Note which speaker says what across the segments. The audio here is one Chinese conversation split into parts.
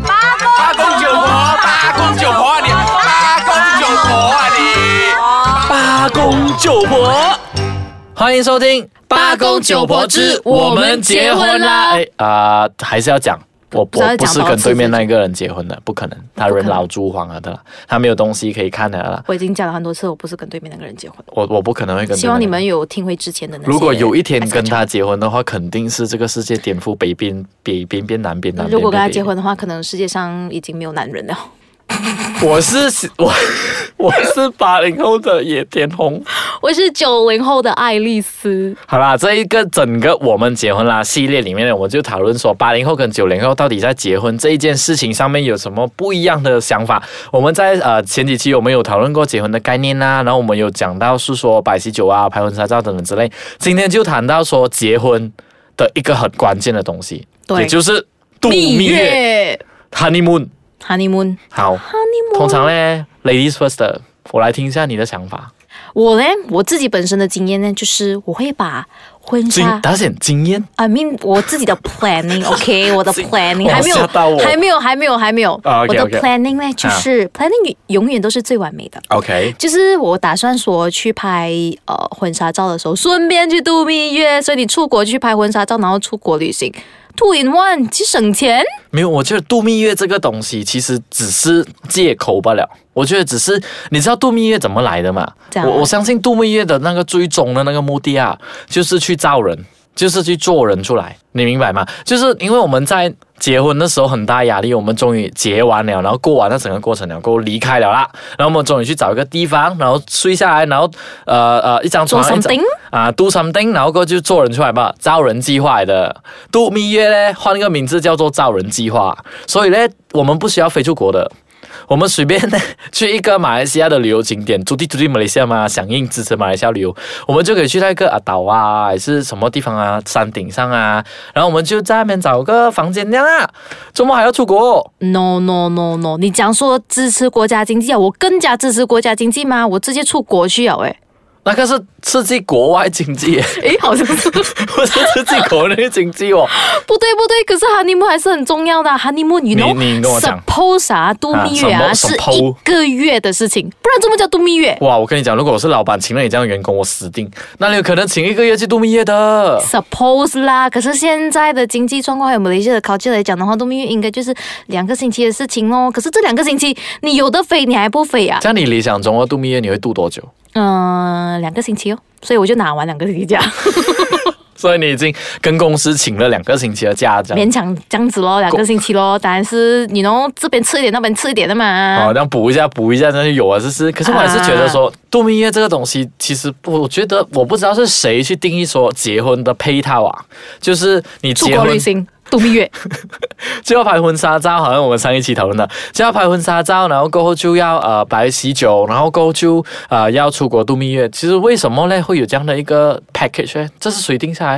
Speaker 1: 八公九婆，八公九婆啊你，八公九婆啊你，八公九婆。
Speaker 2: 欢迎收听《
Speaker 3: 八公九婆之我们结婚啦
Speaker 2: 哎啊、还是要讲，我
Speaker 3: 不是要
Speaker 2: 我不
Speaker 3: 讲
Speaker 2: 是
Speaker 3: 保
Speaker 2: 跟
Speaker 3: 持
Speaker 2: 对面
Speaker 3: 自己
Speaker 2: 那个人结婚的，不可能，他人老珠黄了的啦，他没有东西可以看的啦。
Speaker 3: 我已经讲了很多次，我不是跟对面那个人结婚。
Speaker 2: 我我不可能会跟。
Speaker 3: 希望你们。有听回之前的那些。
Speaker 2: 如果有一天跟，他结婚的话，肯定是这个世界颠覆北边北边变南边南边。
Speaker 3: 如果跟他
Speaker 2: 北边
Speaker 3: 结婚的话，可能世界上已经没有男人了。
Speaker 2: 我是我我是八零后的野田红。
Speaker 3: 我是九零后的爱丽丝，
Speaker 2: 好啦，这一个整个我们结婚啦系列里面呢，我就讨论说八零后跟九零后到底在结婚这一件事情上面有什么不一样的想法。我们在呃前几期我们有讨论过结婚的概念啦、然后我们有讲到是说摆喜酒啊、拍婚纱照等等之类。今天就谈到说结婚的一个很关键的东西，
Speaker 3: 对
Speaker 2: 也就是度蜜 月
Speaker 3: 月
Speaker 2: honeymoon。
Speaker 3: honeymoon
Speaker 2: 好，通
Speaker 3: honeymoon。
Speaker 2: 常呢，ladies first 的，我来听一下你的想法。
Speaker 3: 我呢，我自己本身的经验呢，就是我会把婚
Speaker 2: 经
Speaker 3: 纱。
Speaker 2: 打显经验
Speaker 3: I mean，我自己的 planning，OK，、我的 planning
Speaker 2: 哇
Speaker 3: 还没有
Speaker 2: 吓到我，
Speaker 3: 还没有，还没有，还没有。
Speaker 2: 啊
Speaker 3: 我
Speaker 2: ，OK，OK
Speaker 3: 的 planning 呢，就是、planning 永远都是最完美的。
Speaker 2: ，OK，
Speaker 3: 就是我打算说去拍呃婚纱照的时候，顺便去度蜜月，所以你出国去拍婚纱照，然后出国旅行，two in one，既省钱。
Speaker 2: 没有，我觉得度蜜月这个东西其实只是借口罢了。我觉得只是你知道度蜜月怎么来的嘛？
Speaker 3: 这样啊
Speaker 2: 我我相信度蜜月的那个最终的那个目的啊，就是去造人，就是去做人出来，你明白吗？就是因为我们在结婚的时候很大压力，我们终于结完了，然后过完了整个过程了，过后离开了啦，然后我们终于去找一个地方，然后睡下来，然后呃呃一张
Speaker 3: 做
Speaker 2: 床一张
Speaker 3: something
Speaker 2: 啊，do something，然后过后就做人出来吧，招人计划来的。度蜜月呢，换一个名字叫做招人计划。所以呢，我们不需要飞出国的，我们随便呢 去一个马来西亚的旅游景点，驻地驻地马来西亚嘛，响应支持马来西亚旅游，我们就可以去那个啊岛啊，还是什么地方啊，山顶上啊，然后我们就在那边找个房间这样啊，周末还要出国。
Speaker 3: No no no no，你讲说支持国家经济啊，我更加支持国家经济吗？我直接出国去了哎、
Speaker 2: 那个是刺激国外经济，
Speaker 3: 诶，好像是不
Speaker 2: 不是刺激国内经济哦。
Speaker 3: 对不对，可是 honeymoon 还是很重要的啊，honeymoon
Speaker 2: 你
Speaker 3: you know
Speaker 2: 你跟我讲
Speaker 3: suppose 啊，度蜜月啊
Speaker 2: 啊什么
Speaker 3: 是一
Speaker 2: suppose
Speaker 3: 个月的事情，不然怎么叫度蜜月
Speaker 2: 哇，我跟你讲，如果我是老板，请了你这样的员工，我死定。那你有可能请一个月去度蜜月的。
Speaker 3: ？Suppose 啦，可是现在的经济状况还有马来西亚的 culture 来讲的话，度蜜月应该就是两个星期的事情哦。可是这两个星期你有的飞，你还不飞啊？
Speaker 2: 像你理想中的度蜜月，你会度多久？
Speaker 3: 嗯、两个星期哦，所以我就拿完两个星期假，
Speaker 2: 所以你已经跟公司请了两个星期的假，这样。
Speaker 3: 勉强这样子咯，两个星期咯。当然是你 y 这边吃一点，那边吃一点的嘛
Speaker 2: 哦好，。这样补一下，补一下，那就有了，这是。可是我还是觉得说，度蜜月这个东西，其实不我觉得我不知道是谁去定义说结婚的配套啊，就是你
Speaker 3: 出
Speaker 2: 结
Speaker 3: 国
Speaker 2: 婚
Speaker 3: 旅行，度蜜 月，
Speaker 2: 就要拍婚纱照，好像我们上一期讨论的，就要拍婚纱照，然后过后就要呃摆喜酒，然后过后就呃要出国度蜜月。其实为什么呢？会有这样的一个 package？呢这是谁定下来？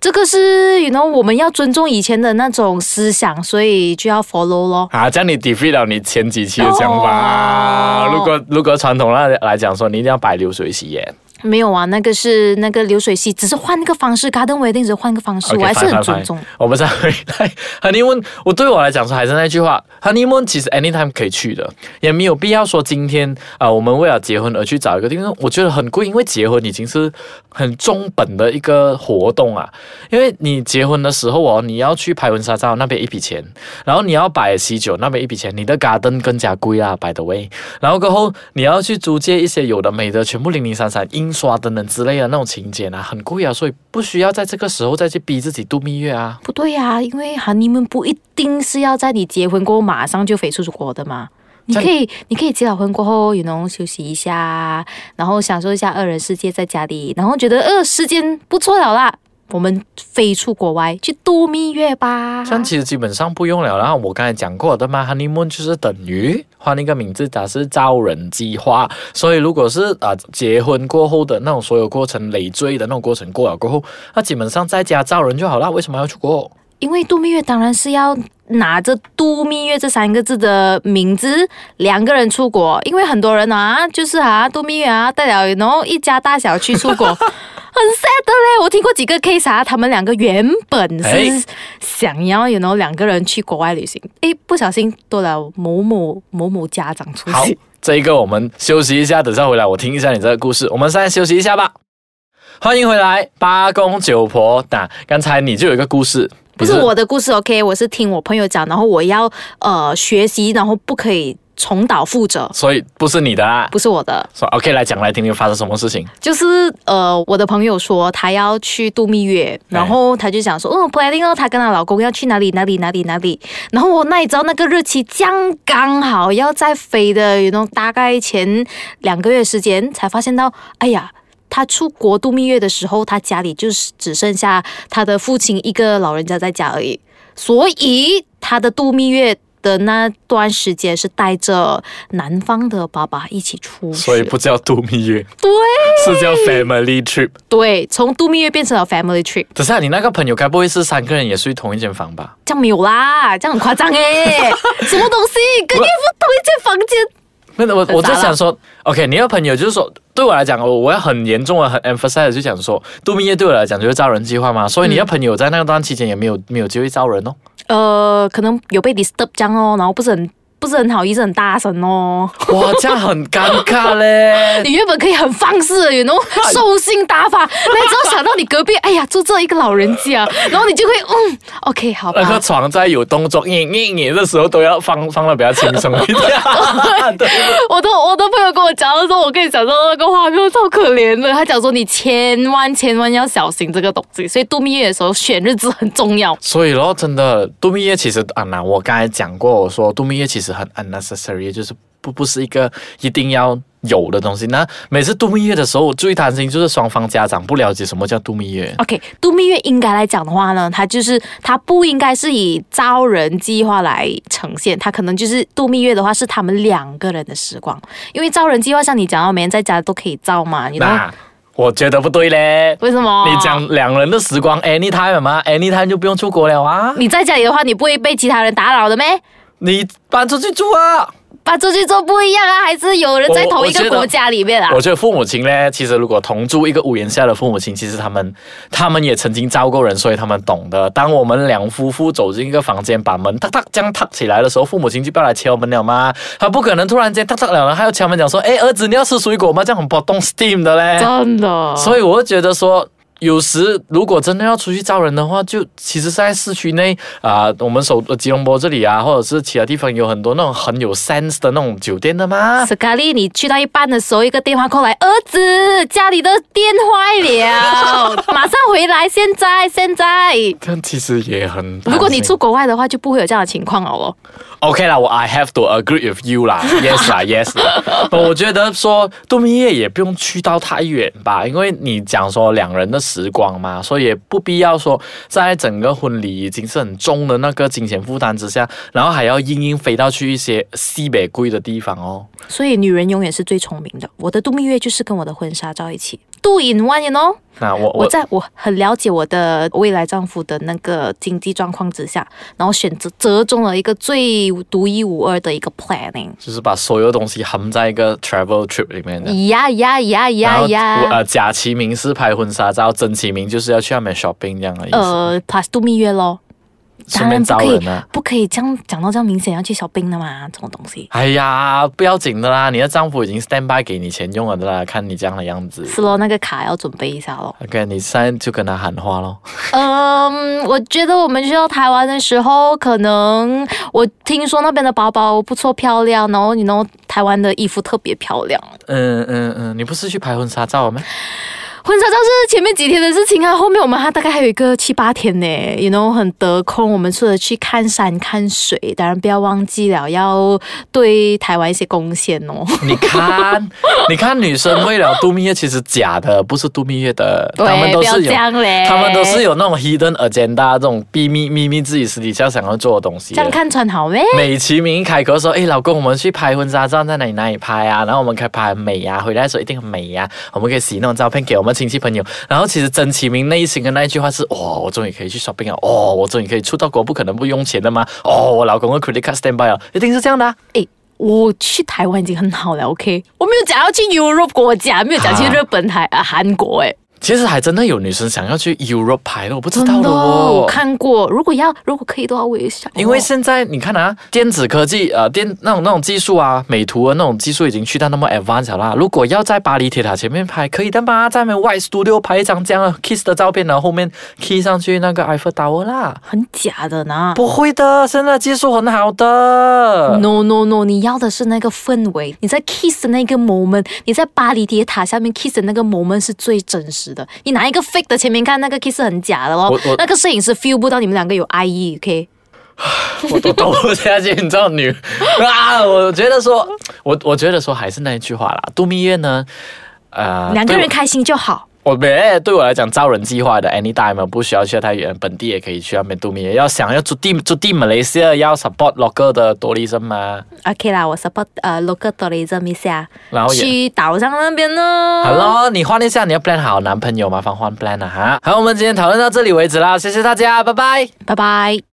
Speaker 3: 这个是 you know 我们要尊重以前的那种思想，所以就要 follow 咯。
Speaker 2: 啊，这样你 defeat 了你前几期的想法。
Speaker 3: 哦
Speaker 2: 如果如果传统来来讲说，你一定要摆流水席耶。
Speaker 3: 没有啊，那个是那个流水席，只是换一个方式，garden wedding 只是换一个方式
Speaker 2: OK，
Speaker 3: 我还是
Speaker 2: fine，
Speaker 3: 很
Speaker 2: fine，
Speaker 3: 尊
Speaker 2: fine
Speaker 3: 重。
Speaker 2: 我们再回来 honeymoon，我对我来讲说还是那句话，honeymoon 其实 anytime 可以去的，也没有必要说今天啊、呃我们为了结婚而去找一个地方，我觉得很贵，因为结婚已经是很中本的一个活动啊。因为你结婚的时候哦，你要去拍婚纱照那边一笔钱，然后你要摆喜酒那边一笔钱，你的 garden 更加贵啦，by 啊 the way。然后过后你要去租借一些有的没的，全部零零散散、印刷等等之类的那种情节啊，很贵啊，所以不需要在这个时候再去逼自己度蜜月啊。
Speaker 3: 不对呀、因为 honeymoon 不一定是要在你结婚过后马上就飞出国的嘛。你
Speaker 2: 这
Speaker 3: 可以，你可以结了婚过后，也能休息一下，然后享受一下二人世界，在家里，然后觉得呃时间不错了啦，我们飞出国外去度蜜月吧。
Speaker 2: 这样其实基本上不用了。然后我刚才讲过的嘛，honeymoon 就是等于换一个名字，它是招人计划。所以如果是啊、结婚过后的那种所有过程累赘的那种过程过了过后，那基本上在家招人就好了。为什么要出国？
Speaker 3: 因为度蜜月当然是要拿着“度蜜月”这三个字的名字，两个人 出国。因为很多人啊，就是啊，度蜜月啊，代表然后一家大小去出国。很 sad 的嘞。我听过几个 case 啊，他们两个原本
Speaker 2: 哎
Speaker 3: 是想要，you know，两个人去国外旅行，诶，不小心多了某某某某家长 出
Speaker 2: 好
Speaker 3: 席。，
Speaker 2: 这一个我们休息一下，等下回来我听一下你这个故事。我们现在休息一下吧。欢迎回来，八公九婆。那刚才你就有一个故事，
Speaker 3: 不是我的故事，OK，我是听我朋友讲，然后我要呃学习，然后不可以重蹈覆辙，
Speaker 2: 所以不是你的啊。
Speaker 3: 不是我的，
Speaker 2: 说 OK，来讲来听听发生什么事情。
Speaker 3: 就是呃我的朋友说她要去度蜜月，
Speaker 2: 哎
Speaker 3: 然后她就想说，嗯，planning 哦，她跟她老公要去哪里哪里哪里哪里，然后我那一招那个日期将刚好要在飞的，然后大概前两个月时间才发现到，哎呀。她出国度蜜月的时候，她家里就是只剩下她的父亲一个老人家在家而已。所以他的度蜜月的那段时间是带着男方的爸爸一起出去，
Speaker 2: 所以不叫度蜜 月，
Speaker 3: 对
Speaker 2: 是叫 family trip。
Speaker 3: 对，从度蜜月变成了 family trip，
Speaker 2: 等下你那个朋友该不会是三个人也睡同一间房吧？
Speaker 3: 这样没有啦，这样很夸张诶，什么东西跟岳父同一间房间？
Speaker 2: 那我
Speaker 3: 很
Speaker 2: 我就
Speaker 3: 杂啦
Speaker 2: 想说，OK，你的朋友就是说，对我来讲，我我要很严重的很 emphasize 就讲说，度蜜月对我来讲就是招人计划嘛，所以你
Speaker 3: 嗯
Speaker 2: 的朋友在那段期间也没有没有机会招人哦。
Speaker 3: 呃，可能有被 disturb 这样哦，然后不是很不是很好意思，很大声哦。
Speaker 2: 哇，这样很尴尬 嘞。
Speaker 3: 你原本可以很放肆的，you know，兽性大发，你只要想到你隔壁，哎呀，住这一个老人家， 然后你就会嗯，OK，好吧
Speaker 2: 那，个床在有动作，你你你的时候都要放放的比较轻松一点。 对，
Speaker 3: 我的我的朋友跟我讲的时候，我跟你讲到那个画面，超可怜的。他讲说你千万千万要小心这个东西，所以度蜜月的时候选日子很重要。
Speaker 2: 所以咯，真的度蜜月其实啊，那我刚才讲过，我说度蜜月其实很 unnecessary，就是不不是一个一定要有的东西。那每次度蜜月的时候，我最担心就是双方家长不了解什么叫度蜜月。
Speaker 3: OK，度蜜月应该来讲的话呢，它就是它不应该是以招人计划来呈现，它可能就是度蜜月的话是他们两个人的时光，因为招人计划像你讲到，每人在家都可以招嘛，你懂
Speaker 2: 那我觉得不对嘞。
Speaker 3: 为什么？
Speaker 2: 你讲两人的时光 anytime 嘛，anytime 就不用出国了啊，
Speaker 3: 你在家里的话，你不会被其他人打扰的咩？
Speaker 2: 你搬出去住啊。
Speaker 3: 搬出去做不一样啊，还是有人在
Speaker 2: 我
Speaker 3: 同一
Speaker 2: 我
Speaker 3: 个
Speaker 2: 觉得
Speaker 3: 国家里面啊？
Speaker 2: 我觉得父母亲呢，其实如果同住一个屋檐下的父母亲，其实他们他们也曾经招过人，所以他们懂得。当我们两夫妇走进一个房间，把门哒哒这样踏起来的时候，父母亲就不要来敲门了吗？他不可能突然间哒哒了，然后还要敲门讲说：“哎，儿子，你要吃水果吗？”这样很波动 steam 的嘞。
Speaker 3: 真的，
Speaker 2: 所以我会觉得说，有时如果真的要出去招人的话，就其实是在市区内啊、我们首吉隆坡这里啊，或者是其他地方有很多那种很有 sense 的那种酒店的嘛。
Speaker 3: 斯卡利，你去到一半的时候，一个电话过来，儿子，家里的电坏 了，马上回来，现在，现在。
Speaker 2: 但其实也很担心，
Speaker 3: 如果你出国外的话，就不会有这样的情况了哦。
Speaker 2: OK 啦，我 I have to agree with you 啦，Yes 啦，Yes 啦。我觉得说度蜜月也不用去到太远吧，因为你讲说两人的时光嘛，所以也不必要说在整个婚礼已经是很重的那个金钱负担之下，然后还要硬硬飞到去一些西北贵的地方哦。
Speaker 3: 所以女人永远是最聪明的。我的度蜜月就是跟我的婚纱照一起度 in one，you know。
Speaker 2: 那我
Speaker 3: 我
Speaker 2: 我
Speaker 3: 在我很了解我的未来丈夫的那个经济状况之下，然后选择折中了一个最独一无二的一个 planning。
Speaker 2: 就是把所有东西含在一个 travel trip 里面的。
Speaker 3: 呀呀呀
Speaker 2: 嗯然
Speaker 3: 呀
Speaker 2: 后我
Speaker 3: 呀！
Speaker 2: 呃，假其名是拍婚纱照，真其名就是要去外面 shopping 这样的意思，
Speaker 3: 呃，plus 度蜜月咯。
Speaker 2: 顺便招人啊。
Speaker 3: 不可以这样讲到这样明显要去小兵的嘛，这种东西。
Speaker 2: 哎呀，不要紧的啦，你的丈夫已经 stand by 给你钱用了的啦，看你这样的样子。
Speaker 3: 是咯，那个卡要准备一下咯。
Speaker 2: OK，你现在就跟他喊话咯。
Speaker 3: 嗯，我觉得我们去到台湾的时候，可能我听说那边的包包不错漂亮，然后你know 台湾的衣服特别漂亮。
Speaker 2: 嗯嗯嗯，你不是去拍婚纱照了吗？
Speaker 3: 婚纱照是前面几天的事情啊，后面我们还大概还有一个七八天呢，you know 很得空。我们除了去看山看水，当然不要忘记了要对台湾一些贡献 哦。
Speaker 2: 你看，你看，女生为了度蜜月，其实假的，不是度蜜月的，
Speaker 3: 对
Speaker 2: 他们都
Speaker 3: 不
Speaker 2: 是
Speaker 3: 要
Speaker 2: 有
Speaker 3: 这样，哎嘞
Speaker 2: 他们都是有那种 hidden agenda，这种秘密秘密自己私底下想要做的东西
Speaker 3: 这
Speaker 2: 的。
Speaker 3: 样看穿好咩？
Speaker 2: 美其名开口说：“哎，老公，我们去拍婚纱照，在哪里哪里拍啊？然后我们可以拍很美呀、回来的时候一定很美呀、我们可以洗那种照片给我们亲戚朋友。然后其实真其名内心的那一句话是：哦，我终于可以去 shopping 了，哦，我终于可以出到国，不可能不用钱的嘛。哦，我老公的 credit card stand by 了，一定是这样的、啊。
Speaker 3: 哎，我去台湾已经很好了，OK？我没有讲要去 Europe 国家，没有讲去
Speaker 2: 啊
Speaker 3: 日本、台、啊、韩国，哎，
Speaker 2: 其实还真的有女生想要去 Europe 拍的，我不知道
Speaker 3: 真的，
Speaker 2: 哦。
Speaker 3: 我看过。如果要，如果可以的话，我也想。哦
Speaker 2: 因为现在你看啊，电子科技呃电那种那种技术啊，美图啊那种技术已经去到那么 advanced 了啦。如果要在巴黎铁塔前面拍，可以的嘛，在那边 White Studio 拍一张这样的 kiss 的照片，然后后面 key 上去那个 Eiffel Tower 啦。
Speaker 3: 很假的呢。
Speaker 2: 不呃会的，现在技术很好的。
Speaker 3: No no no！你要的是那个氛围，你在 kiss 的那个 moment，你在巴黎铁塔下面 kiss 的那个 moment 是最真实的。你拿一个 fake 的前面看，那个 kiss 很假的哦
Speaker 2: 我我。
Speaker 3: 那个摄影师 feel 不到你们两个有爱意，OK？
Speaker 2: 我都抖不下去，你知道女啊？我觉得说，我我觉得说还是那一句话啦，度蜜月呢，呃，
Speaker 3: 两个
Speaker 2: 对
Speaker 3: 人开心就好。
Speaker 2: 我没对我来讲，招人计划的 anytime 不需要去太远，本地也可以去那边度蜜月。要想要住地住地马来西亚，要 support local 的多利生嘛，
Speaker 3: OK 啦，我 support 呃 local tourism 一下，
Speaker 2: 然后也
Speaker 3: 去岛上那边呢。
Speaker 2: 好咯，你换一下你的 plan 好，男朋友麻烦换 plan 啊哈。好，我们今天讨论到这里为止啦，谢谢大家，拜拜。
Speaker 3: 拜拜。